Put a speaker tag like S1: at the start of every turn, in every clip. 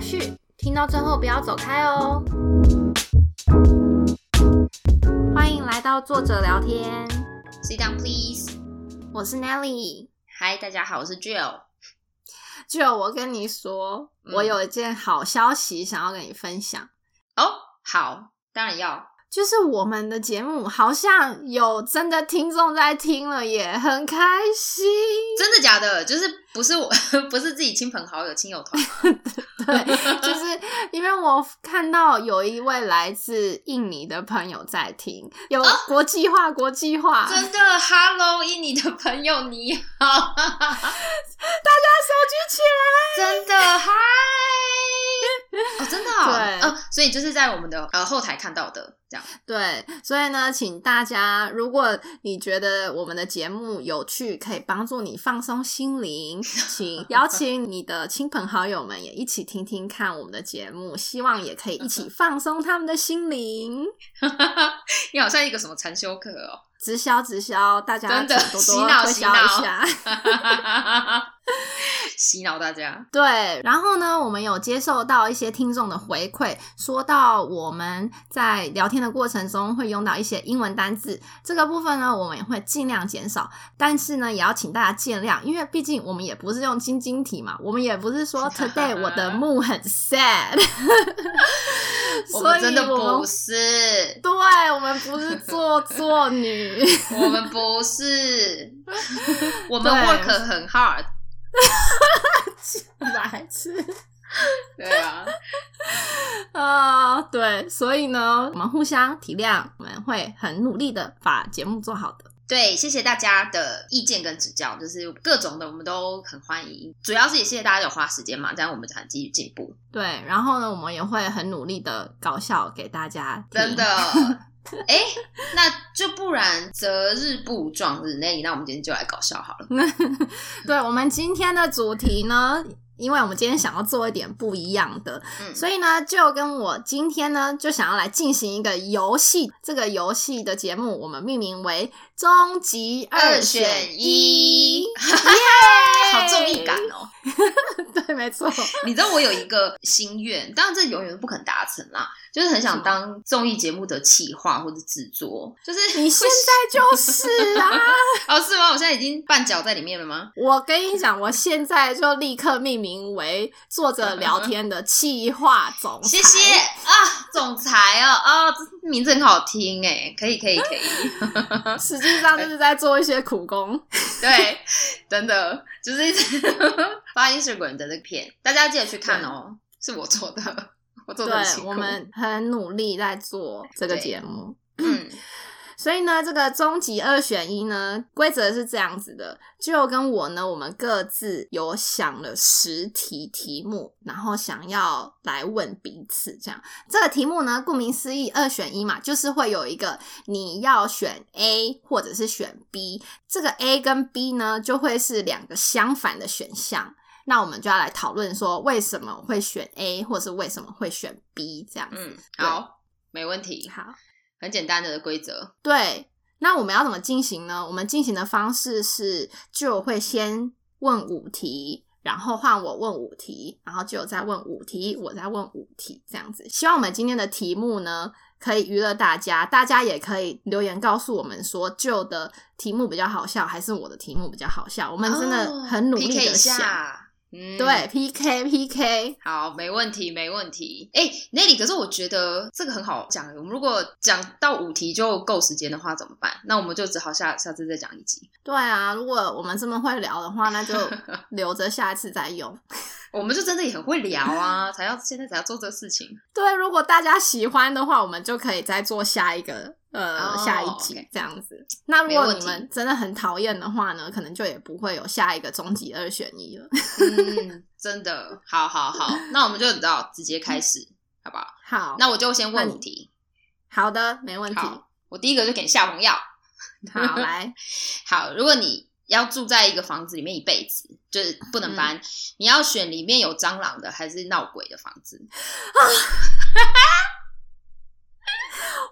S1: 絮，听到最后不要走开哦。欢迎来到作者聊天，
S2: Sit down, please。
S1: 我是 Nelly。
S2: 嗨，大家好，我是 Jill。
S1: 就我跟你说，
S2: 嗯
S1: 我有一件好消息想要跟你分享，
S2: 哦，好，当然要。
S1: 就是我们的节目好像有真的听众在听了耶，也很开 心。
S2: 真的假的？就是不是我， 不是自己亲朋好友、亲友团吗？
S1: 对，就是因为我看到有一位来自印尼的朋友在听，有国际化，国际化，
S2: 真的，Hello，印尼的朋友你好，
S1: 手举起来。
S2: 真的嗨。哦，真的、哦，
S1: 对
S2: 哦，所以就是在我们的呃后台看到的这样。
S1: 对，所以呢，请大家，如果你觉得我们的节目有趣，可以帮助你放松心灵，请邀请你的亲朋好友们也一起听听看我们的节目，希望也可以一起放松他们的心灵。
S2: 你好像一个什么禅修课哦。
S1: 直销，直销，大家
S2: 真的
S1: 请多
S2: 洗
S1: 多
S2: 脑
S1: 推
S2: 洗
S1: 销一
S2: 脑
S1: 下。
S2: 洗脑大家，
S1: 对，然后呢，我们有接受到一些听众的回馈，说到我们在聊天的过程中会用到一些英文单字，这个部分呢，我们也会尽量减少，但是呢，也要请大家见谅，因为毕竟我们也不是用晶晶体嘛，我们也不是 说 today 我的 mood 很 sad，
S2: 我
S1: 所
S2: 们
S1: 以
S2: 真的
S1: 我
S2: 不
S1: 们
S2: 是，
S1: 对我们不是做作女。
S2: 我们不 是，我们
S1: 对
S2: work 很 hard。
S1: 白痴
S2: 对啊，
S1: 啊、对，所以呢，我们互相体谅，我们会很努力的把节目做好的。
S2: 对，谢谢大家的意见跟指教，就是各种的我们都很欢迎，主要是也谢谢大家有花时间嘛，这样我们才能继续进步。
S1: 对，然后呢，我们也会很努力的搞笑给大家听。
S2: 真的，哎，那就不然择日不如撞日，那那我们今天就来搞笑好了。
S1: 对我们今天的主题呢，因为我们今天想要做一点不一样的，
S2: 嗯，
S1: 所以呢，就跟我今天呢就想要来进行一个游戏。这个游戏的节目我们命名为“终极
S2: 二
S1: 选
S2: 选一，
S1: 耶
S2: 好综艺感哦。
S1: 对，没错，
S2: 你知道我有一个心愿，当然这永远不肯达成啦，就是很想当综艺节目的企划或者制作，就是
S1: 你现在就是啊！
S2: 哦是吗？我现在已经绊脚在里面了吗？
S1: 我跟你讲，我现在就立刻命名为“作者聊天”的企划 总裁。
S2: 谢谢啊，总裁哦啊，这名字很好听哎，可以可以可 以，
S1: 实际上就是在做一些苦工。
S2: 对，真的就是一直 发 Instagram 的那片，大家记得去看哦，是我做的， 我 做的很辛
S1: 对，
S2: 苦，
S1: 我们很努力在做这个
S2: 对
S1: 节目。
S2: 嗯
S1: 所以呢，这个终极二选一呢，规则是这样子的：就跟我呢，我们各自有想了十题题目，然后想要来问彼此这样。这个题目呢，顾名思义，二选一嘛，就是会有一个你要选 A 或者是选 B，这个 A 跟 B 呢，就会是两个相反的选项。那我们就要来讨论说，为什么会选 A，或是为什么会选 B 这样子。
S2: 嗯，好，没问题，
S1: 好。
S2: 很简单的规则，
S1: 对，那我们要怎么进行呢？我们进行的方式是，就会先问五题，然后换我问五题，然后就再问五题，我再问五题，这样子。希望我们今天的题目呢，可以娱乐大家，大家也可以留言告诉我们说，旧的题目比较好笑，还是我的题目比较好笑？我们真的很努力
S2: PK
S1: 的
S2: 哦一
S1: 想，
S2: 下，嗯，
S1: 对 PK PK，
S2: 好，没问题，没问题。哎、那里可是我觉得这个很好讲。我们如果讲到五题就够时间的话，怎么办？那我们就只好下下次再讲一集。
S1: 对啊，如果我们这么会聊的话，那 就留着下一次再用。
S2: 我们就真的也很会聊啊，才要现在才要做这个事情。
S1: 对，如果大家喜欢的话，我们就可以再做下一个呃、
S2: 哦
S1: 下一集
S2: OK
S1: 这样子。那如果
S2: 没问
S1: 你
S2: 题
S1: 们真的很讨厌的话呢，可能就也不会有下一个终极二选一了。
S2: 嗯， 真的，好好好，那我们就知道直接开始，好不好？
S1: 好，
S2: 那我就先
S1: 那
S2: 问
S1: 你
S2: 五题。
S1: 好的，没问题。
S2: 好，我第一个就给你下红药。
S1: 好，来，
S2: 好，如果你要住在一个房子里面一辈子，就是不能
S1: 嗯
S2: 搬，你要选里面有蟑螂的还是闹鬼的房子？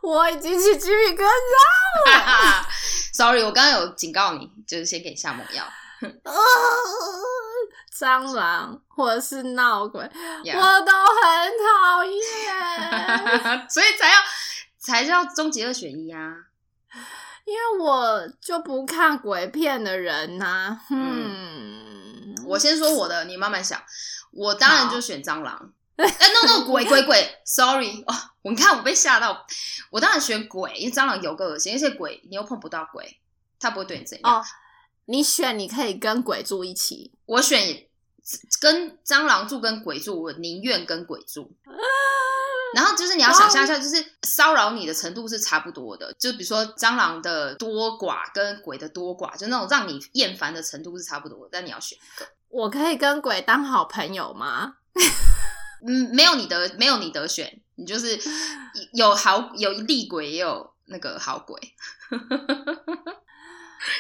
S1: 我已经起鸡皮疙瘩。
S2: 哈 哈 Sorry，我刚刚有警告你，就是先给你下猛药。
S1: 呃蟑螂或者是闹鬼
S2: Yeah
S1: 我都很讨厌。
S2: 所以才要才叫终极二选一啊。
S1: 因为我就不看鬼片的人呐、嗯，
S2: 我先说我的，你慢慢想。我当然
S1: 好
S2: 就选蟑螂。哎、n o no，鬼鬼鬼，sorry 哦，我看我被吓到。我当然选鬼，因为蟑螂有个恶心，而且鬼你又碰不到鬼，它不会对你怎样。
S1: 哦你选你可以跟鬼住一起，
S2: 我选跟蟑螂住跟鬼住，我宁愿跟鬼住。
S1: 啊
S2: 然后就是你要想象一下，就是骚扰你的程度是差不多的，就比如说蟑螂的多寡跟鬼的多寡，就那种让你厌烦的程度是差不多的，但你要选一个。
S1: 我可以跟鬼当好朋友吗？
S2: 嗯，没有你得，没有你得选，你就是有好有厉鬼，也有那个好 鬼，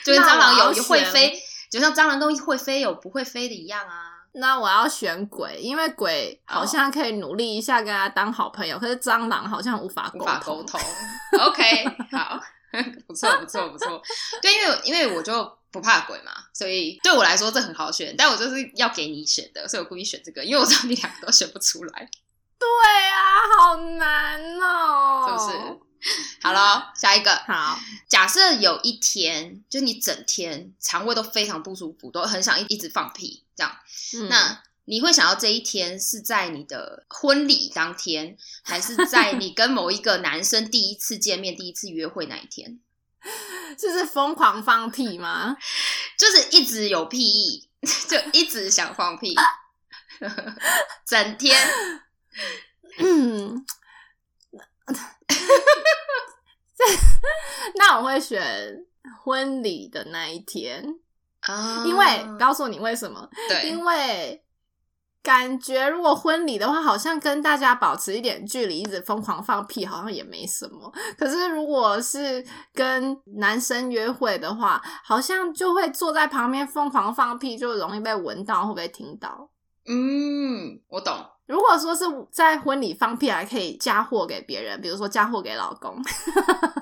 S2: 就跟
S1: 那
S2: 蟑螂
S1: 我要
S2: 有会
S1: 选
S2: 飞，就像蟑螂跟会飞有不会飞的一样啊。
S1: 那我要选鬼，因为鬼好像可以努力一下跟他当好朋友，可是蟑螂好像无法
S2: 无法沟
S1: 通。
S2: 通。OK，好， 不错，不错，不错。对，因为因为我就不怕鬼嘛，所以对我来说这很好选，但我就是要给你选的，所以我故意选这个，因为我知道你两个都选不出来，
S1: 对啊，好难哦、
S2: 是不是？好了，下一个。
S1: 好，
S2: 假设有一天，就你整天肠胃都非常不舒服，都很想一一直放屁，这样，
S1: 嗯
S2: 那你会想要这一天是在你的婚礼当天，还是在你跟某一个男生第一次见面、第一次约会那一天？
S1: 就是疯狂放屁吗？
S2: 就是一直有屁意，就一直想放屁， 整天
S1: 嗯， 那我会选婚礼的那一天，
S2: 啊
S1: 因为告诉你为什么？
S2: 对
S1: 因为感觉如果婚礼的话，好像跟大家保持一点距离，一直疯狂放屁，好像也没什么。可是如果是跟男生约会的话，好像就会坐在旁边疯狂放屁，就容易被闻到或被听到。
S2: 嗯，我懂，
S1: 如果说是在婚礼放屁，还可以嫁祸给别人，比如说嫁祸给老公。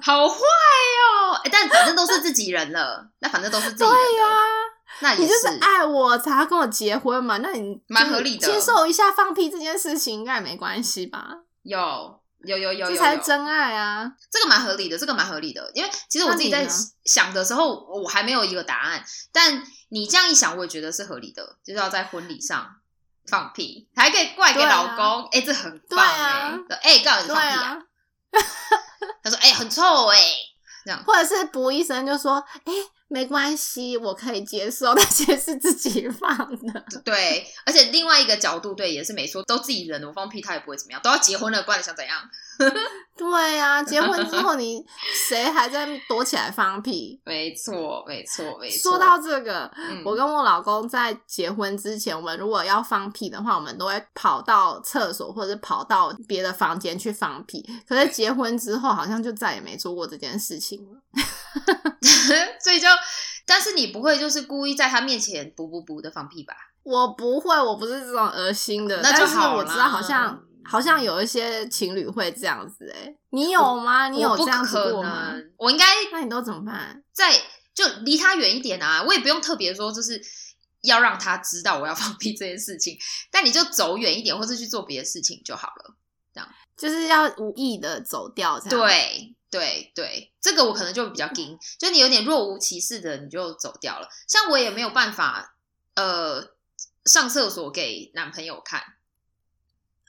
S2: 好坏哦，诶但反正都是自己人了，那反正都是自己
S1: 对
S2: 人了，
S1: 呀、
S2: 那
S1: 你
S2: 也
S1: 就是啊爱我才要跟我结婚嘛，那你
S2: 蛮
S1: 就是
S2: 合理的
S1: 接受一下放屁这件事情应该也没关系吧？
S2: 有有有有有
S1: 这才
S2: 有
S1: 是真爱啊！
S2: 这个蛮合理的，这个蛮合理的，因为其实我自己
S1: 那
S2: 在
S1: 你呢
S2: 想的时候，我还没有一个答案，但你这样一想，我也觉得是合理的，就是要在婚礼上放屁，还可以怪给
S1: 对啊
S2: 老公，哎、这很
S1: 对
S2: 棒哎、
S1: 啊
S2: 哎、告诉你
S1: 对
S2: 放屁啊，
S1: 啊，
S2: 他说哎、很臭哎、
S1: 或者是卜医生就说：“哎、没关系，我可以接受， 那些是自己放的。
S2: 对，而且另外一个角度，对，也是没错，都自己人，我放屁他也不会怎么样，都要结婚了，不然你想怎样？”
S1: 对啊，结婚之后 你谁还在躲起来放屁？
S2: 没错，没错，没错。
S1: 说到这个，
S2: 嗯
S1: 我跟我老公在结婚之前，我们如果要放屁的话，我们都会跑到厕所或者跑到别的房间去放屁。可是结婚之后，好像就再也没做过这件事情了。
S2: 所以就，但是你不会就是故意在他面前补补补的放屁吧？
S1: 我不会，我不是这种恶心的，
S2: 那就
S1: 但是
S2: 好
S1: 我
S2: 啦
S1: 知道好像好像有一些情侣会这样子、欸，你有吗？你有
S2: 我不
S1: 这样子
S2: 可
S1: 过吗？
S2: 能，我应该
S1: 那你都怎么办？
S2: 在就离他远一点啊，我也不用特别说就是。要让他知道我要放屁这件事情，但你就走远一点，或是去做别的事情就好了。
S1: 就是要无意的走掉，这样。
S2: 对对对，这个我可能就比较硬，
S1: 嗯
S2: 就你有点若无其事的，你就走掉了。像我也没有办法，呃，上厕所给男朋友看，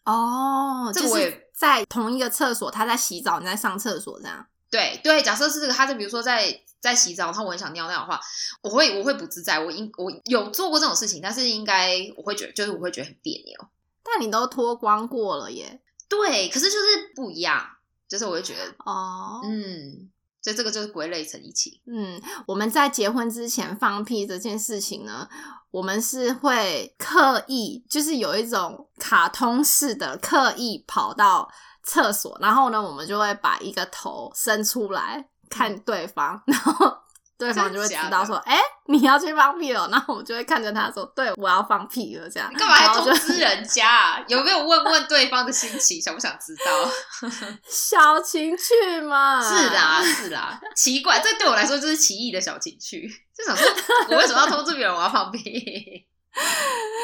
S1: 哦，
S2: 这
S1: 就
S2: 我也
S1: 是在同一个厕所，他在洗澡，你在上厕所，这样。
S2: 对对，假设是这个，他就比如说在在洗澡，然后我很想尿尿的话，我会我会不自在，我应我有做过这种事情，但是应该我会觉得就是我会觉得很别扭。
S1: 但你都脱光过了耶。
S2: 对，可是就是不一样，就是我会觉得，
S1: 哦，
S2: 嗯，所以这个就是归类成一起。
S1: 嗯，我们在结婚之前放屁这件事情呢，我们是会刻意，就是有一种卡通式的刻意跑到厕所，然后呢，我们就会把一个头伸出来看
S2: 嗯
S1: 对方， 然后。对方就会知道说，哎、你要去放屁了，然后我们就会看着他说，对我要放屁了，这样。
S2: 你干嘛还
S1: 然后
S2: 通
S1: 就
S2: 知人家、啊？有没有问问对方的心情，想不想知道？
S1: 小情趣嘛，
S2: 是啊啦，是啦，奇怪， 这对我来说就是奇异的小情趣，就想说我为什么要通知别人我要放屁？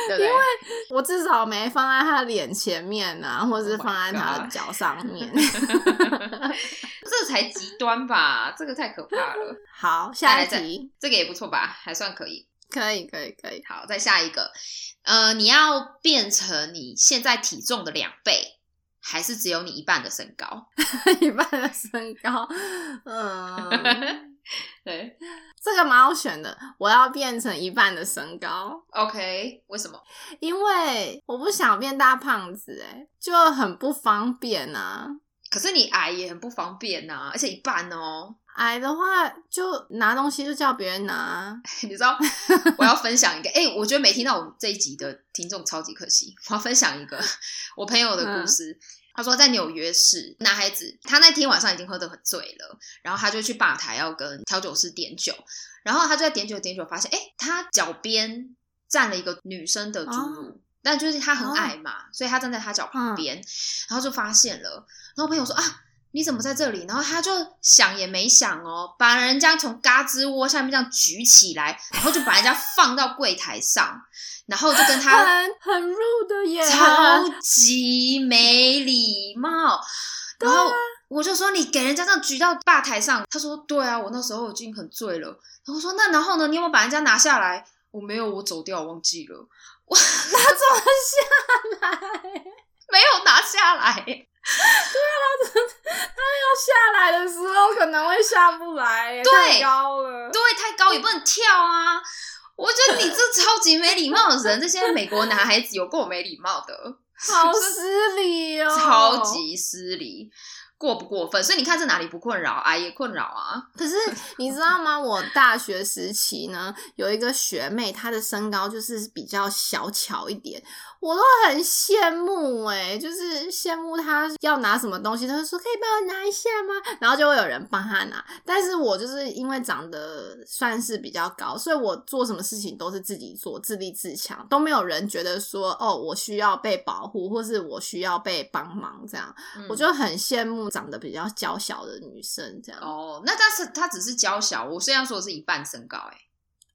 S2: 对不对？
S1: 我至少没放在他脸前面啊，或是
S2: Oh my
S1: 放在他的
S2: God
S1: 脚上 面。
S2: 这才极端吧，这个太可怕了。
S1: 好，下一
S2: 再来
S1: 题，
S2: 这个也不错吧，还算可以。
S1: 可以，可以，可以。
S2: 好，再下一个，呃，你要变成你现在体重的两倍，还是只有你一半的身高？
S1: 一半的身高，嗯，
S2: 对
S1: 这个蛮好选的。我要变成一半的身高，
S2: ，OK，为什么？
S1: 因为我不想变大胖子、欸，哎，就很不方便啊。
S2: 可是你矮也很不方便呐、而且一半哦。
S1: 矮的话就拿东西就叫别人拿，
S2: 你知道我要分享一个，哎、我觉得没听到我们这一集的听众超级可惜。我要分享一个我朋友的故事。他说，在纽约市，男孩子他那天晚上已经喝得很醉了，然后他就去吧台要跟调酒师点酒，然后他就在点酒点酒，发现哎、诶他脚边站了一个女生的侏儒，但就是他很矮嘛，所以他站在他脚旁边，然后就发现了，然后我朋友说啊，你怎么在这里？然后他就想也没想哦，把人家从嘎吱窝下面这样举起来，然后就把人家放到柜台上，然后就跟
S1: 很
S2: 他
S1: 很rude 的耶，
S2: 超级没礼貌。然
S1: 啊
S2: 后我就说你给人家这样举到吧台上，他说对啊，我那时候已经很醉了。然后我说那然后呢？你有没有把人家拿下来？我没有，我走掉，我忘记了，
S1: 拿怎么下来？
S2: 没有拿下来。
S1: 要下来的时候可能会下不来耶，
S2: 对
S1: 太高了。
S2: 对，太高也不能跳啊！我觉得你这超级没礼貌的人，这些美国男孩子有够没礼貌 的，
S1: 好失礼哦，
S2: 超。级失礼，过不过分？所以你看这哪里不困扰啊？也困扰啊！
S1: 可是你知道吗？我大学时期呢，有一个学妹，她的身高就是比较小巧一点，我都很羡慕哎、就是羡慕她要拿什么东西，她就说可以帮我拿一下吗？然后就会有人帮她拿。但是我就是因为长得算是比较高，所以我做什么事情都是自己做，自立自强，都没有人觉得说哦，我需要被保护，或是我需要被帮忙这样。
S2: 嗯
S1: 我就很羡慕长得比较娇小的女生这样。
S2: 哦，那但是他只是娇小，我虽然说的是一半身高、欸，哎，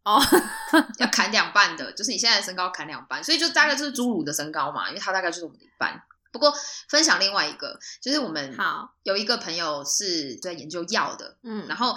S1: 哦，
S2: 要砍两半的，就是你现在的身高砍两半，所以就大概就是侏儒的身高嘛，因为他大概就是我们的一半。不过分享另外一个，就是我们
S1: 好，
S2: 有一个朋友是在研究药的，
S1: 嗯，
S2: 然后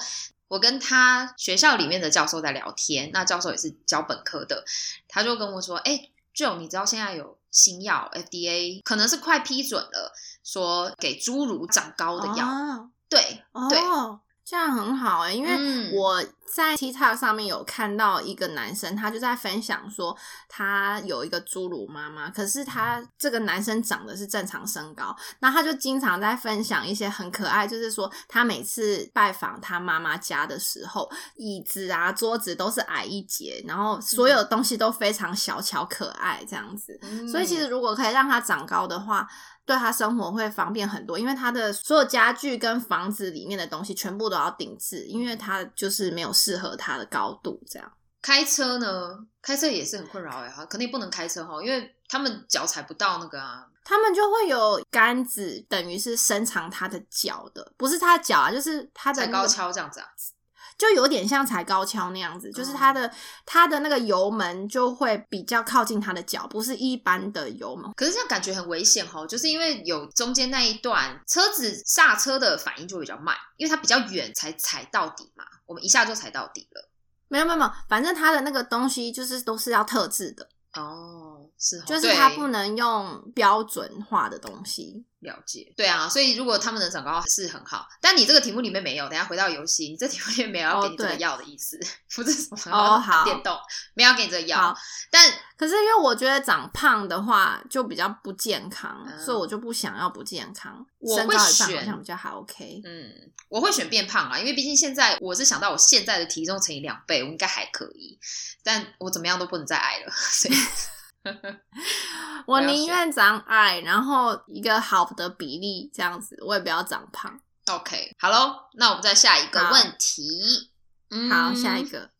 S2: 我跟他学校里面的教授在聊天，那教授也是教本科的，他就跟我说：“哎、j o e 你知道现在有新药 FDA 可能是快批准了，说给侏儒长高的药。
S1: 哦
S2: 对，对
S1: 哦，这样很好哎、因为
S2: 嗯
S1: 我在 TikTok 上面有看到一个男生，他就在分享说，他有一个侏儒妈妈，可是他
S2: 嗯
S1: 这个男生长的是正常身高，那他就经常在分享一些很可爱，就是说他每次拜访他妈妈家的时候，椅子啊、桌子都是矮一截，然后所有东西都非常小巧可爱这样子。
S2: 嗯
S1: 所以其实如果可以让他长高的话，对他生活会方便很多，因为他的所有家具跟房子里面的东西全部都要定制，因为他就是没有适合他的高度这样。
S2: 开车呢，开车也是很困扰哎、欸，肯定不能开车哈，因为他们脚踩不到那个啊。
S1: 他们就会有杆子，等于是伸长他的脚的，不是他的脚啊，就是他的、
S2: 踩
S1: 那
S2: 高
S1: 个
S2: 跷这样子啊，
S1: 就有点像踩高跷那样子，就是它
S2: 嗯
S1: 的、它的那个油门就会比较靠近他的脚，不是一般的油门。
S2: 可是这样感觉很危险哦，就是因为有中间那一段车子刹车的反应就会比较慢，因为它比较远才踩到底嘛，我们一下就踩到底了。
S1: 没有没有没有，反正它的那个东西就是都是要特制的，
S2: 哦，是哦，
S1: 就是
S2: 对
S1: 它不能用标准化的东西。
S2: 了解，对啊，所以如果他们能长高是很好，但你这个题目里面没有，等一下回到游戏，你这题目里面没有要给你
S1: 哦
S2: 这个
S1: 对
S2: 药的意思，不是什么
S1: 哦好
S2: 电动，没有要给你这个药
S1: 好，
S2: 但
S1: 可是因为我觉得长胖的话就比较不健康，
S2: 嗯
S1: 所以我就不想要不健康。
S2: 我
S1: 身高
S2: 会
S1: 一半好
S2: 选
S1: 像比较还 OK。
S2: 嗯，我会选变胖啊，因为毕竟现在我是想到我现在的体重乘以两倍，我应该还可以，但我怎么样都不能再矮了，所以
S1: 我
S2: 要
S1: 宁愿长矮，然后一个好的比例这样子，我也不要长胖。
S2: OK，好喽，那我们再下一个
S1: 好
S2: 问题。嗯
S1: 好，下一，个，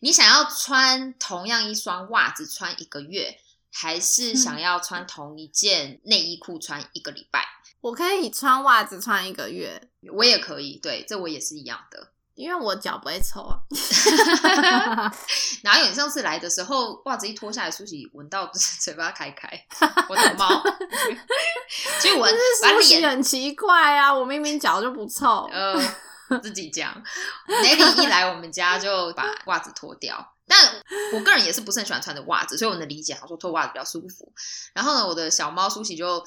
S2: 你想要穿同样一双袜子穿一个月，还
S1: 嗯
S2: 是想要穿同一件内衣裤穿一个礼拜？
S1: 我可以穿袜子穿一个月，
S2: 我也可以，对，这我也是一样的。
S1: 因为我脚不会抽啊。
S2: 哪有你上次来的时候，袜子一脱下来，苏喜闻到 嘴巴开开，我的猫， 去闻把
S1: 但是
S2: 脸
S1: 是很奇怪啊，我明明脚就不臭，
S2: 呃，自己讲。Nelly 一来我们家就把袜子脱掉，但我个人也是不是很喜欢穿的袜子，所以我能理解他说脱袜子比较舒服。然后呢，我的小猫苏喜就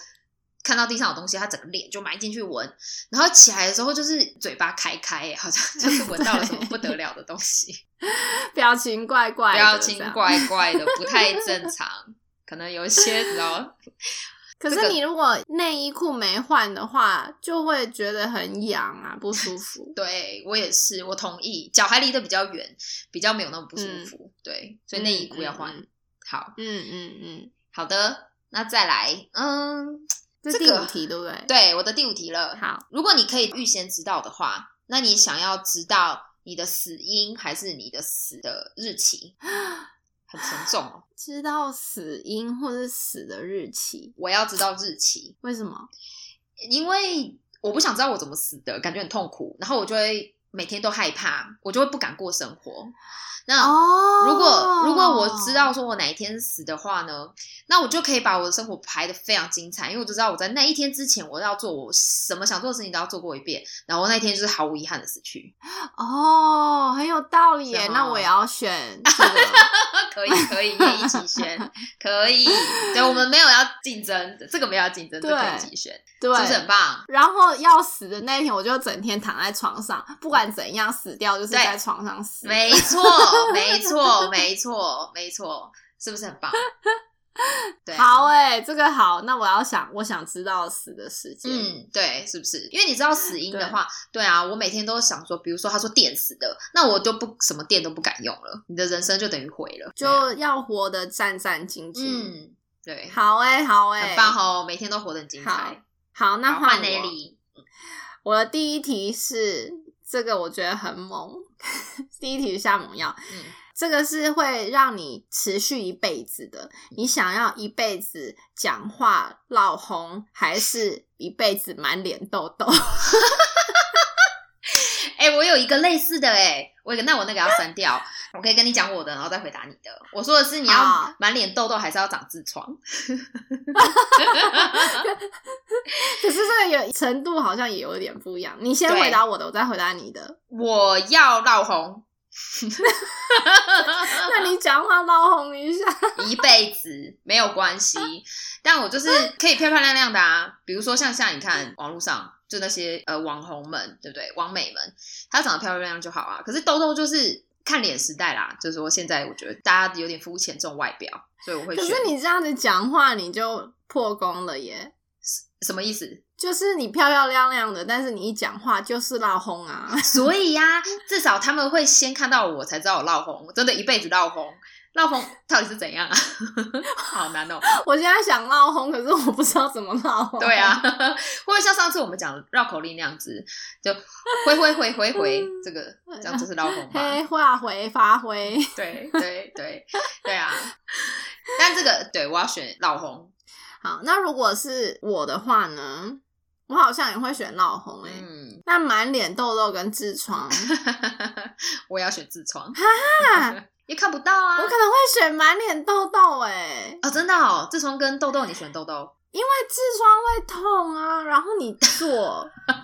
S2: 看到地上有东西，它整个脸就埋进去闻，然后起来的时候就是嘴巴开开、好像就是闻到了什么不得了的 东西，
S1: 表情怪怪的，
S2: 表情。怪怪的，不太正常，可能有一些然后
S1: 可
S2: 这
S1: 是
S2: 个。
S1: 你如果内衣裤没换的话，就会觉得很痒啊，不舒服
S2: 对我也是，我同意，脚还离得比较远，比较没有那么不舒服。对，所以内衣裤要换。
S1: 嗯嗯
S2: 好
S1: 嗯嗯嗯，
S2: 好的，那再来，嗯，
S1: 这
S2: 这
S1: 是第
S2: 个
S1: 五题对不对？
S2: 对，我的第五题了。
S1: 好，
S2: 如果你可以预先知道的话，那你想要知道你的死因还是你的死的日期？ 很沉重哦，
S1: 知道死因或是死的日期，
S2: 我要知道日期，
S1: 为什么？
S2: 因为我不想知道我怎么死的，感觉很痛苦，然后我就会每天都害怕，我就会不敢过生活。那
S1: 哦
S2: 如果如果我知道说我哪一天死的话呢，那我就可以把我的生活排得非常精彩，因为我就知道我在那一天之前，我要做我什么想做的事情都要做过一遍，然后那一天就是毫无遗憾的死去。
S1: 哦，很有道理耶
S2: 是，哦
S1: 那我也要选这 个。
S2: 可以可以，也一起 选，可以。对，我们没有要竞争，这个没有要竞争，这
S1: 对
S2: 可以一起选，
S1: 对
S2: 是，不是很棒？
S1: 然后要死的那一天，我就整天躺在床上，不管怎样死掉，就是
S2: 对
S1: 在床上死。
S2: 没错，没错，没错，没错，是不是 很棒？对啊，
S1: 好哎、这个好，那我要想，我想知道死的时间。
S2: 嗯，对，是不是？因为你知道死因的话，对啊，我每天都想说，比如说他说电死的，那我就不什么电都不敢用了，你的人生就等于毁了。对啊
S1: 就要活得战战兢兢。
S2: 嗯，对，
S1: 好哎、好哎、
S2: 很棒哦，每天都活得很精彩。
S1: 好，那
S2: 好
S1: 换
S2: 换
S1: 我。
S2: Nelly，
S1: 我的第一题是这个，我觉得很猛。 第一题是下猛药，
S2: 嗯，
S1: 这个是会让你持续一辈子的。你想要一辈子讲话老红，还是一辈子满脸痘痘？
S2: 哎、我有一个类似的哎、我有一个，那我那个要删掉，我可以跟你讲我的，然后再回答你的。我说的是你要
S1: 好
S2: 满脸痘痘，还是要长痔疮？
S1: 可是这个有程度好像也有点不一样。你先
S2: 对
S1: 回答我的，我再回答你的。
S2: 我要闹红
S1: 那你讲话老红一下。
S2: 一辈子没有关系，但我就是可以漂漂亮亮的啊。比如说像像你看网络上就那些呃网红们，对不对？网美们，她长得漂漂亮亮就好啊。可是痘痘就是看脸时代啦，就是说现在我觉得大家有点肤浅这种外表，所以我会
S1: 可
S2: 选。
S1: 是你这样子讲话，你就破功了耶。
S2: 什么意思？
S1: 就是你漂漂亮亮的，但是你一讲话就是老红啊。
S2: 所以呀、至少他们会先看到我才知道我闹红，我真的一辈子闹红。闹红到底是怎样啊？ 好难哦。
S1: 我现在想闹红，可是我不知道怎么闹 红。
S2: 对啊，，会不会像上次我们讲绕口令那样子，就回回回回回，这个这样就是绕红嘛？
S1: 嗯嘿，化回发挥。
S2: 对对对对啊！但这个对我要选绕红，
S1: 好，那如果是我的话呢，我好像也会选闹红诶、
S2: 嗯，
S1: 那满脸痘痘跟痔疮，
S2: 我也要选痔疮，
S1: 哈，
S2: 也看不到啊
S1: 我可能。会选满脸痘痘诶、
S2: 哦，真的哦，痔疮跟痘痘，你选痘痘，
S1: 因为痔疮会痛啊，然后你 坐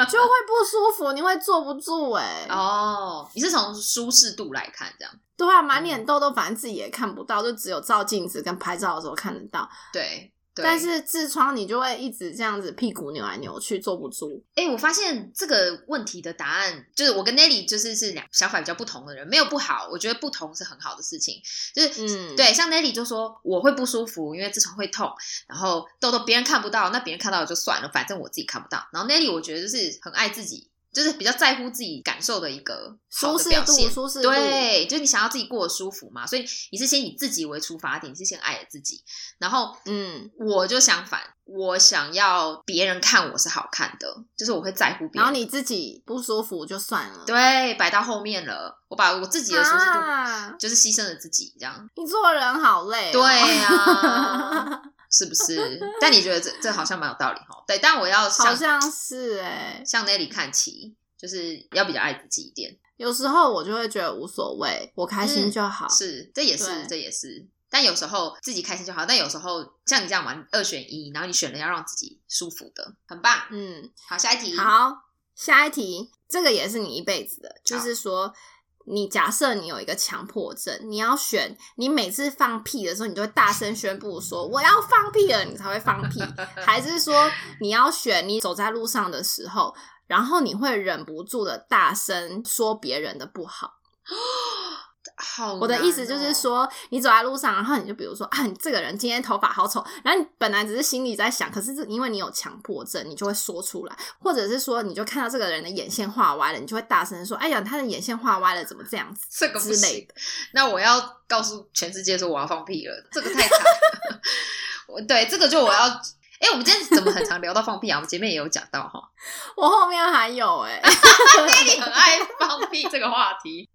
S1: 就会不舒服，你会坐不住欸诶、
S2: 哦，你是从舒适度来看这样，
S1: 对啊，
S2: 嗯
S1: 满脸痘痘，反正自己也看不到，就只有照镜子跟拍照的时候看得到。
S2: 对。对
S1: 但是痔疮你就会一直这样子屁股扭来扭去，坐不住。
S2: 哎、我发现这个问题的答案就是我跟 Nelly 就是是两想法比较不同的人，没有不好，我觉得不同是很好的事情。就是、
S1: 嗯
S2: 对，像 Nelly 就说我会不舒服，因为痔疮会痛，然后痘痘别人看不到，那别人看到了就算了，反正我自己看不到。然后 Nelly 我觉得就是很爱自己，就是比较在乎自己感受的一个好
S1: 舒
S2: 的
S1: 适
S2: 表
S1: 度
S2: 现，
S1: 舒适度
S2: 对，就是你想要自己过得舒服嘛，所以你是先以自己为出发点，你是先爱了自己，然后
S1: 嗯，
S2: 我就相反，我想要别人看我是好看的，就是我会在乎别人。
S1: 然后你自己不舒服就算了。
S2: 对摆到后面了，我把我自己的舒适度、
S1: 啊，
S2: 就是牺牲了自己，这样
S1: 你做人好累、哦。
S2: 对啊， 是不是？但你觉得这这好像蛮有道理哈？对，但我要
S1: 好
S2: 向
S1: 像是哎、
S2: 向 Nelly 看齐，就是要比较爱自己一点。
S1: 有时候我就会觉得无所谓，我开心就好。
S2: 嗯是，这也是
S1: 对，
S2: 这也是。但有时候自己开心就好，但有时候像你这样玩二选一，然后你选了要让自己舒服的，很棒。
S1: 嗯，
S2: 好，下一题。，
S1: 好，下一题，这个也是你一辈子的，就是说，你假设你有一个强迫症，你要选，你每次放屁的时候，你就会大声宣布说我要放屁了，你才会放 屁，还是说你要选你走在路上的时候，然后你会忍不住的大声说别人的不好？
S2: 好、哦
S1: 我的意思就是，说，你走在路上，然后你就比如说啊，你这个人今天头发好丑，然后你本来只是心里在想，可是这因为你有强迫症，你就会说出来，或者是说你就看到这个人的眼线画歪了，你就会大声说，哎呀，他的眼线画歪了，怎么这样子？
S2: 这个不
S1: 之类
S2: 行。那我要告诉全世界说我要放屁了，这个太惨了。 我对这个就我要，哎、我们今天怎么很常聊到放屁啊？我们前面也有讲到哈，
S1: 我后面还有哎、
S2: 你很爱放屁这个话题。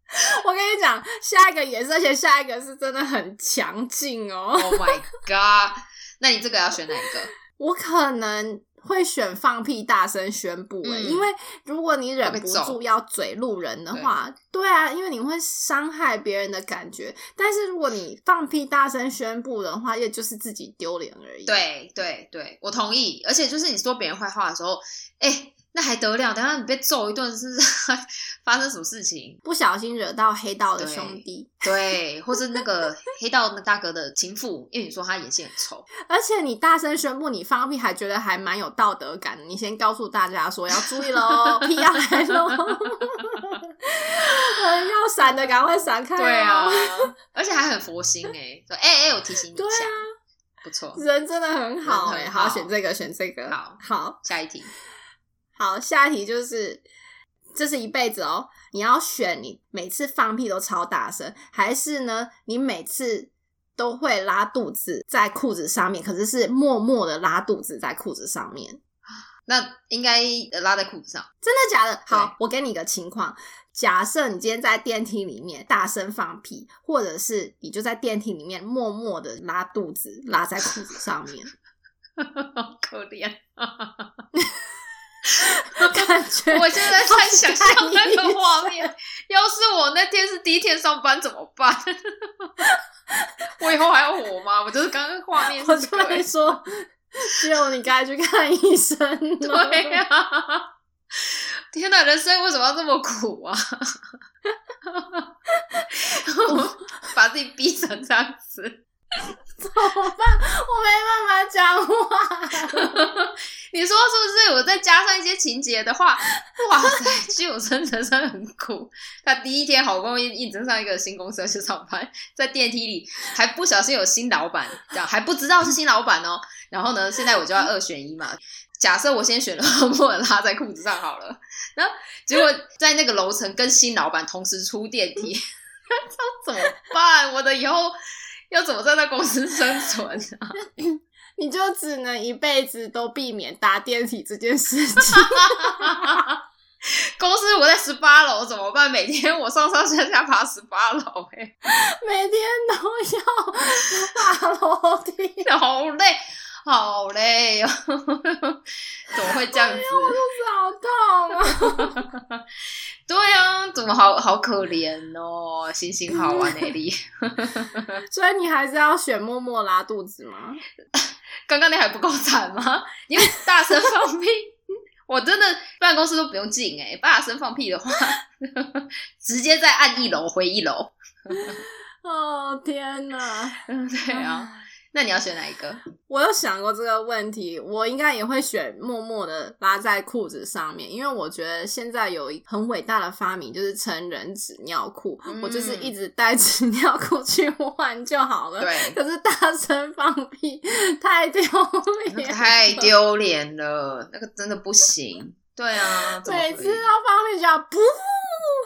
S1: 我跟你讲，下一个也是，而且下一个是真的很强劲哦，
S2: Oh my god！那你这个要选哪一个？
S1: 我可能。会选放屁大声宣布、欸，
S2: 嗯
S1: 因为如果你忍
S2: 会被
S1: 不
S2: 揍
S1: 住要嘴路人的话，对啊，因为你会伤害别人的感觉。但是如果你放屁大声宣布的话，也就是自己丢脸而已。，
S2: 对对对，我同意。而且就是你说别人坏话的时候，哎、那还得了？等一下你被揍一顿，是不是 发生什么事情？
S1: 不小心惹到黑道的兄弟，
S2: 对，或是那个黑道那大哥的情妇，因为你说他眼线很丑，
S1: 而且你大声宣布你放屁，还觉得还蛮有道德感的。你先告诉大家说要注意喽， 屁要来喽，呃要闪的赶快闪开、哦。
S2: 对啊，而且还很佛心 哎、说哎哎、我提醒你一下，
S1: 对啊
S2: 不错。
S1: 人真的很好哎、
S2: 人很好
S1: 好选这个，选这个，
S2: 好
S1: 好
S2: 下一题，
S1: 好，下一题就是，这是一辈子哦，你要选你每次放屁都超大声，还是呢你每次都会拉肚子在裤子上面，可是是默默的拉肚子在裤子上面，
S2: 那应该呃拉在裤子上。
S1: 真的假的？好，我给你一个情况。假设你今天在电梯里面大声放屁，或者是你就在电梯里面默默的拉肚子拉在裤子上 面，
S2: 好可怜，
S1: 感觉
S2: 我现在在想象那个 画面，要是我那天是第一天上班怎么办？ 我以后还要活吗？我就是刚刚画面
S1: 我
S2: 是这
S1: 突
S2: 个、欸
S1: 然说，只有你该去看医生 了。
S2: 对呀、天哪，人生为什么要这么苦 啊？我 把自己逼成这样子，
S1: 怎么办？我没办法讲话。
S2: 你说是不是？我再加上一些情节的话，哇塞，救生人生很苦。他第一天好不容易应征上一个新公司要去上班，在电梯里还不小心有新老板，这样还不知道是新老板哦。然后呢，现在我就要二选一嘛。假设我先选了 默默地拉在裤子上好了，然后结果在那个楼层跟新老板同时出电梯， 这样怎么办？我的以后要怎么在那公司生存啊？
S1: 你就只能一辈子都避免搭电梯这件事情。
S2: 公司我在十八楼怎么办？每天我上上下下爬十八楼、欸，
S1: 每天都要爬楼梯，
S2: 哎，好累，好累哦， 怎么会这样子？
S1: 肚子好痛啊！
S2: 对啊，怎么好好可怜哦，行行好啊，内力，
S1: 所以你还是要选默默拉肚子吗？
S2: 刚刚那还不够惨吗？因为大声放屁， 我真的办公室都不用进哎、大声放屁的话， 直接再按一楼回一楼。
S1: 哦天哪！
S2: 嗯，对啊，那你要选哪一个？
S1: 我有想过这个问题，我应该也会选默默的拉在裤子上面，因为我觉得现在有一很伟大的发明，就是成人纸尿裤，
S2: 嗯
S1: 我就是一直带纸尿裤去换就好了。
S2: 对，
S1: 可是大声放屁太丢
S2: 那
S1: 脸，
S2: 个太。丢脸了，那个真的不行。对啊，怎么
S1: 每
S2: 可
S1: 次
S2: 以
S1: 要放屁就要噗，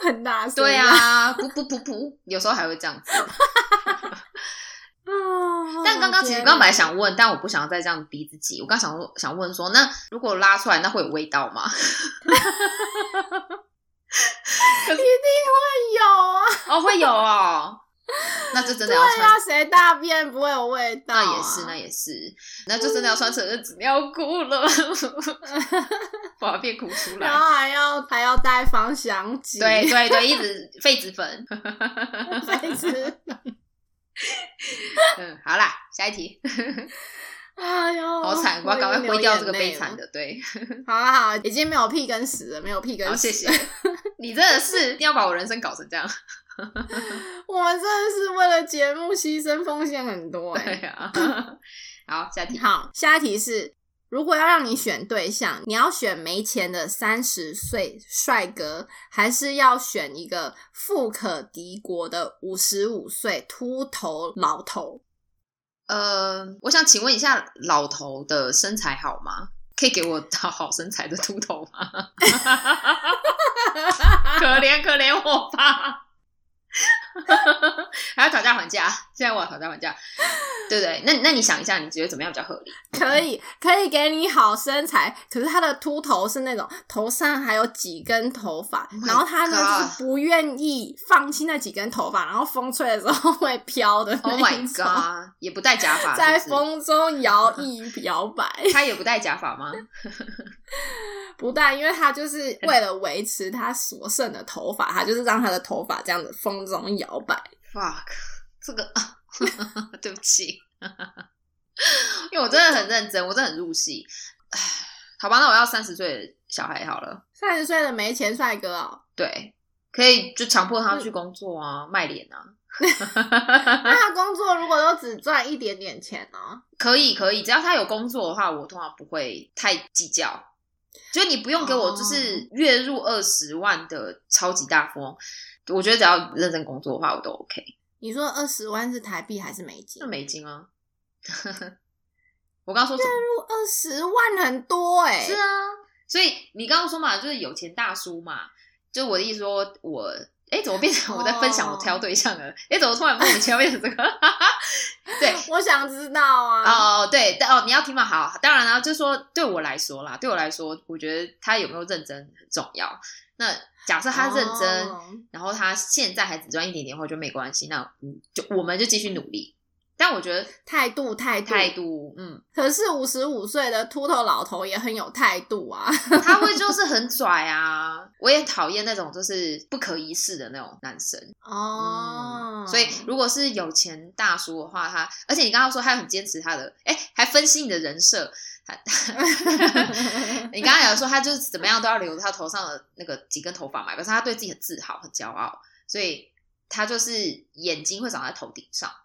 S1: 很大声。
S2: 对，啊，噗噗噗噗，有时候还会这样子。
S1: 哦啊！
S2: 但刚刚其实刚本来想问，但我不想再这样逼自己。我刚想说想问说，那如果拉出来，那会有味道吗？
S1: 有啊，哎
S2: 哦，会有哦。那就真的
S1: 对
S2: 要穿
S1: 啊，谁大便不会有味道、啊？
S2: 那也是，那也是，那就真的要穿成人纸尿裤了， 我要变哭出来
S1: 然。后还要还要带芳香剂，
S2: 对，对对，一直痱子粉。
S1: 费子。
S2: 嗯，好啦，下一题。
S1: 哎呦，
S2: 好惨，我要赶快
S1: 流
S2: 挥掉
S1: 眼
S2: 这个悲
S1: 泪了
S2: 惨。的。对，
S1: 好了好了，已经没有屁跟屎了，没有屁跟
S2: 好，
S1: 屎。
S2: 谢谢。 你真的是一定要把我人生搞成这样。
S1: 我们真的是为了节目牺牲奉献很多、
S2: 对
S1: 欸。
S2: 呀。 好，下一题。
S1: 好，下一题是，如果要让你选对象，你要选没钱的三十岁帅哥，还是要选一个富可敌国的五十五岁秃头老头？
S2: 呃，我想请问一下，老头的身材好吗？可以给我好好身材的秃头吗？ 可怜可怜我吧！ 还要讨价还价，现在我要讨价还价，对不对？那那你想一下，你觉得怎么样比较合 理？
S1: 可以，可以给你好身材，可是他的秃头是那种头上还有几根头发
S2: ，Oh my
S1: 然后他呢
S2: God
S1: 就是不愿意放弃那几根头发，然后风吹的时候 会飘的那
S2: Oh
S1: 一
S2: my
S1: 种
S2: god！也不戴假 发，
S1: 在
S2: 是不是，
S1: 风中摇曳摇摆。
S2: 他也不戴假发吗？
S1: 不但因为他就是为了维持他所剩的头发，他就是让他的头发这样子风中摇摆。
S2: fuck，这 个对不起，因为我真的很认真，我真的很入戏。唉好吧，那我要三十岁的小孩好了。
S1: 三十岁的没钱帅哥哦，
S2: 对，可以就强迫他去工作啊，卖脸啊。
S1: 那他工作如果都只赚一点点钱哦呢？
S2: 可以可以，只要他有工作的话，我通常不会太计较。就你不用给我
S1: 哦
S2: 就是月入二十万的超级大富翁，我觉得只要认真工作的话，我都 OK。
S1: 你说二十万是台币还是美金
S2: 那？美金 啊，我刚说什么？
S1: 二十万很多哎、
S2: 是啊，所以你刚刚说嘛，就是有钱大叔嘛，就我的意思说，我哎，怎么变成我在分享我
S1: 哦
S2: 挑对象了？哎、怎么突然莫名其妙变成这个？ 对。
S1: 我想知道啊。
S2: 哦，对，但哦，你要听嘛，好，当然啦，就是说对我来说啦，对我来说，我觉得他有没有认真很重要。那假设他认真，
S1: 哦
S2: 然后他现在还只赚一点点，我觉得没关系，那嗯，就我们就继续努力。但我觉得
S1: 态度态度
S2: 态度，嗯，
S1: 可是五十五岁的秃头老头也很有态度 啊。
S2: 他会就是很拽啊，我也讨厌那种就是不可一世的那种男生。
S1: 哦，
S2: 所以如果是有钱大叔的话，他而且你刚刚说他很坚持他的，哎，还分析你的人设。他
S1: 嗯
S2: 你刚刚有说他就是怎么样都要留他头上的那个几根头发嘛，表示他对自己很自豪、很骄傲，所以他就是眼睛会长在头顶上。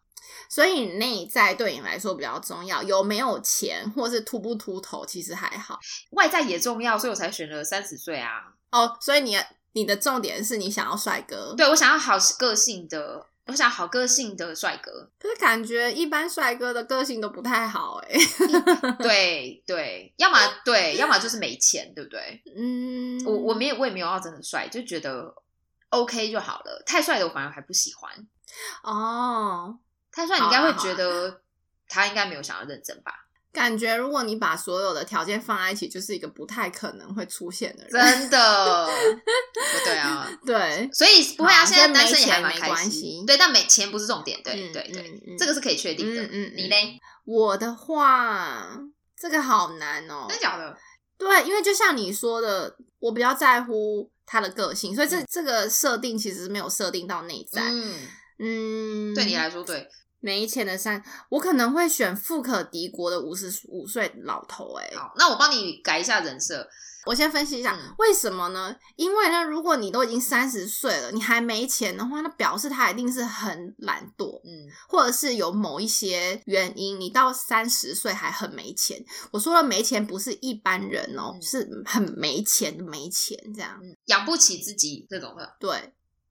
S1: 所以你内在对你来说比较重要，有没有钱或是秃不秃头其实还好
S2: 外在也重要，所以我才选了三十岁啊。
S1: 哦。所以你的你的重点是你想要帅哥，，
S2: 对我想要好个性的，我想要好个性的帅哥，
S1: 可是感觉一般帅哥的个性都不太好哎、
S2: 对对，要么对，要么就是没钱，对不对？
S1: 嗯，
S2: 我我没有，我也没有要真的帅，就觉得 OK 就好了。太帅的我反而还不喜欢，
S1: 哦，
S2: 太帅你
S1: 好
S2: 应该
S1: 啊
S2: 会
S1: 好啊
S2: 觉得他应该没有想要认真吧？
S1: 感觉如果你把所有的条件放在一起，就是一个不太可能会出现的人。
S2: 真的， 对对啊。
S1: 对，
S2: 所以不会啊，
S1: 好
S2: 现在
S1: 跟
S2: 单
S1: 没
S2: 身也还
S1: 钱
S2: 蛮
S1: 没
S2: 开
S1: 关
S2: 心
S1: 系。
S2: 对，但没钱不是重点，对
S1: 嗯
S2: 对对，
S1: 嗯嗯
S2: 这个是可以确定的。
S1: 嗯嗯嗯
S2: 你嘞？
S1: 我的话，这个好难哦。
S2: 真的假的？
S1: 对，因为就像你说的，我比较在乎他的个性，所以这、这个设定其实没有设定到内在。
S2: 嗯，
S1: 嗯，
S2: 对你来说，对，
S1: 没钱的三，我可能会选富可敌国的五十五岁老头、欸。哎，
S2: 好，那我帮你改一下人设。
S1: 我先分析一下、
S2: 嗯
S1: 为什么呢？因为呢，如果你都已经三十岁了，你还没钱的话，那表示他一定是很懒惰，
S2: 嗯，
S1: 或者是有某一些原因，你到三十岁还很没钱。我说的没钱不是一般人哦、
S2: 嗯
S1: 是很没钱的没钱这样。
S2: 嗯养不起自己这种的，
S1: 对，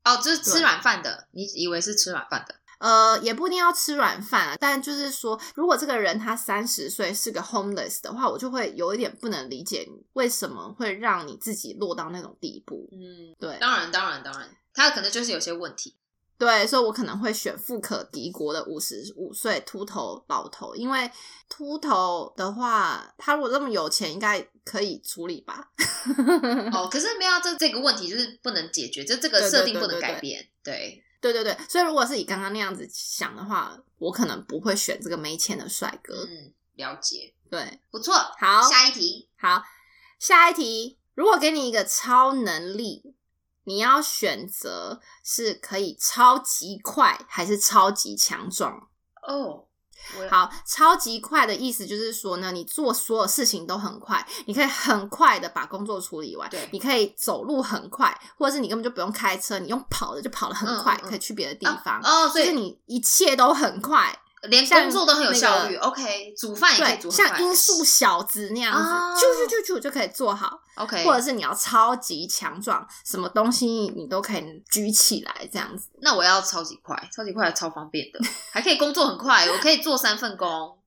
S2: 哦，就是吃
S1: 对
S2: 软饭的，你以为是吃软饭的？
S1: 呃，也不一定要吃软饭啊，但就是说，如果这个人他三十岁是个 homeless 的话，我就会有一点不能理解你为什么会让你自己落到那种地步。
S2: 嗯，
S1: 对
S2: 当然，当然，当然，他可能就是有些 问题。
S1: 对，所以我可能会选富可敌国的五十五岁秃头老头，因为秃头的话，他如果这么有钱，应该可以处理吧？
S2: 哦，可是没有啊这这个问题就是不能解决，就这个
S1: 对对
S2: 设定
S1: 对
S2: 不能
S1: 对
S2: 改
S1: 对
S2: 变。对，
S1: 对对对，所以如果是以刚刚那样子想的话，我可能不会选这个没钱的帅哥。
S2: 嗯，了解，
S1: 对，
S2: 不错。
S1: 好，
S2: 下一题，
S1: 好，下一题，如果给你一个超能力，你要选择是可以超级快还是超级强壮？
S2: 哦，我
S1: 好，超级快的意思就是说呢，你做所有事情都很快，你可以很快的把工作处理完，
S2: 对
S1: 你可以走路很快，或者是你根本就不用开车，你用跑的就跑得很快，
S2: 嗯嗯嗯
S1: 可以去别的地方，
S2: 哦，所
S1: 就是
S2: 以
S1: 你一切都很快。
S2: 连
S1: 像
S2: 工作都很有效率。
S1: 那
S2: OK，煮饭哎也可以
S1: 对，
S2: 煮很
S1: 像
S2: 快。
S1: 音速小子那样子，
S2: 哦
S1: 啾啾啾啾就可以做好，
S2: OK，
S1: 或者是你要超级强壮，什么东西你都可以举起来这样子。
S2: 那我要超级快，超级快超方便的，还可以工作很快，我可以做三份工，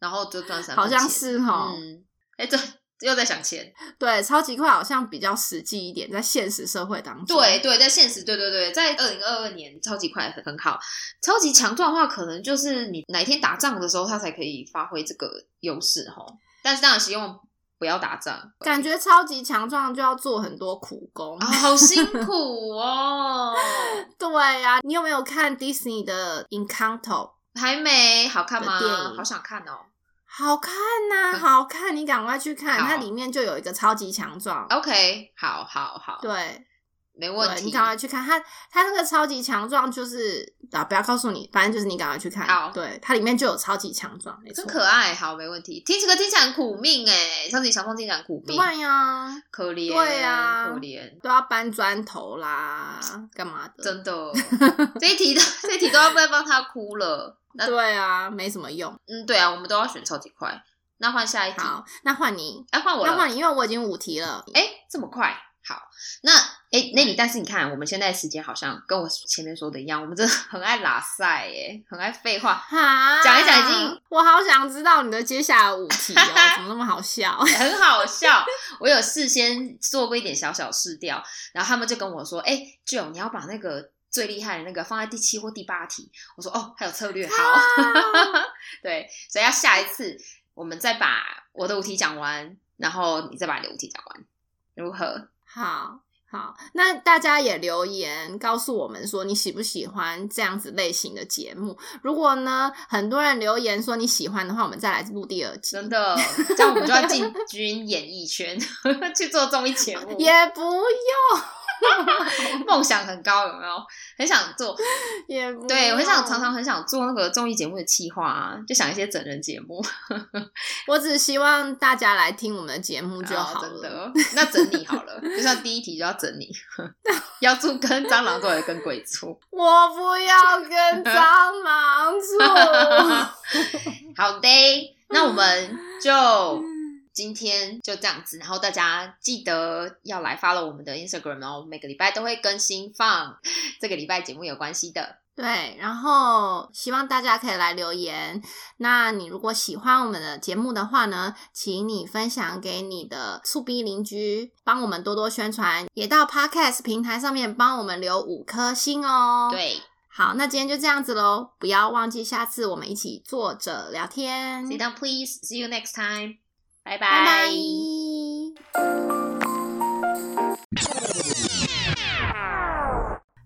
S2: 然后就赚三份
S1: 好像
S2: 钱
S1: 是哦哈
S2: 嗯，哎、这这又在想钱，
S1: 对，超级快好像比较实际一点，在现实社会当中，
S2: 对对，在现实，对对对，在二零二二年超级快很很好，超级强壮的话，可能就是你哪一天打仗的时候，他才可以发挥这个优势哈。但是当然希望不要打仗，
S1: 感觉超级强壮就要做很多苦工。
S2: 啊、好辛苦哦，
S1: 对呀、你有没有看 Disney 的《Encanto》？
S2: 还没好看吗
S1: 的电？影
S2: 好想看哦。
S1: 好看呐、
S2: 嗯
S1: 好看！你赶快去看，
S2: 好
S1: 它里面就有一个超级强壮。
S2: OK，好好好，
S1: 对，
S2: 没问
S1: 对，你
S2: 题。
S1: 赶快去看它，它那个超级强壮就是啊，不要告诉你，反正就是你赶快去
S2: 好
S1: 看。对，它里面就有超级强壮，没错
S2: 真。可爱，好，没问题。听这个听起来很苦命哎，超级强壮听起来很苦命，
S1: 对呀、啊
S2: 可怜，
S1: 对啊
S2: 可怜，
S1: 都要搬砖头啦，干嘛的？
S2: 真的，这一题的这一题都要被帮他哭了。那
S1: 对啊，没什么用。
S2: 嗯，对啊，我们都要选超级快。那换下一题，
S1: 好，那换你，
S2: 哎，换我
S1: 那
S2: 了。
S1: 换你，因为我已经五题了。
S2: 哎，这么快，好。那哎，那你但是你看，我们现在时间好像跟我前面说的一样，我们真的很爱拉塞耶，很爱废话，
S1: 哈，
S2: 讲一讲已经，
S1: 我好想知道你的接下来五题 哦，怎么那么好笑？
S2: 很好笑。我有事先做过一点小小试调，然后他们就跟我说：“哎、俊勇，你要把那个最厉害的那个放在第七或第八题。”我说：“哦，还有策略，好。
S1: 啊
S2: 对，所以要下一次我们再把我的五题讲完，然后你再把你的五题讲完，如何？
S1: 好好，那大家也留言告诉我们说你喜不喜欢这样子类型的节目。如果呢，很多人留言说你喜欢的话，我们再来录第二集。
S2: 真的，这样我们就要 进军演艺圈，去做综艺节目，
S1: 也不用，
S2: 梦想很高，有没有？很想做，
S1: 也不
S2: 对我很想
S1: 用
S2: 常常很想做那个综艺节目的企划、啊，就想一些整人节目。
S1: 我只希望大家来听我们的节目就好
S2: 哦真
S1: 了。
S2: 的，那整理好了，就像第一题就要整 理，妖柱跟蟑螂做也跟鬼畜。
S1: 我不要跟 蟑螂住。
S2: 好的，那我们就今天就这样子，然后大家记得要来 follow 我们的 Instagram，然后每个礼拜都会更新放 这个礼拜节目有关系的。
S1: 对，然后希望大家可以来留言。那你如果喜欢我们的节目的话呢，请你分享给你的醋逼邻居，帮我们多多宣传，也到 Podcast 平台上面帮我们留五颗星哦。，
S2: 对
S1: 好，那今天就这样子喽，不要忘记下次我们一起坐着聊天。
S2: ，sit down please，see you next time，拜拜
S1: 拜拜。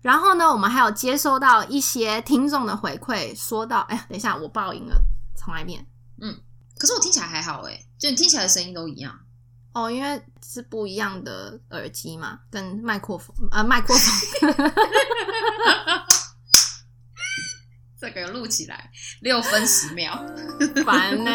S1: 然后呢，我们还有接收到一些听众的回馈，说到，哎呀，等一下，我爆音了，重来一遍
S2: 可是我听起来还好哎，就你听起来的声音都一样。
S1: 哦，因为是不一样的耳机嘛，跟麦克风，呃，麦克风，
S2: 这个录起来六分十秒。
S1: 烦呢、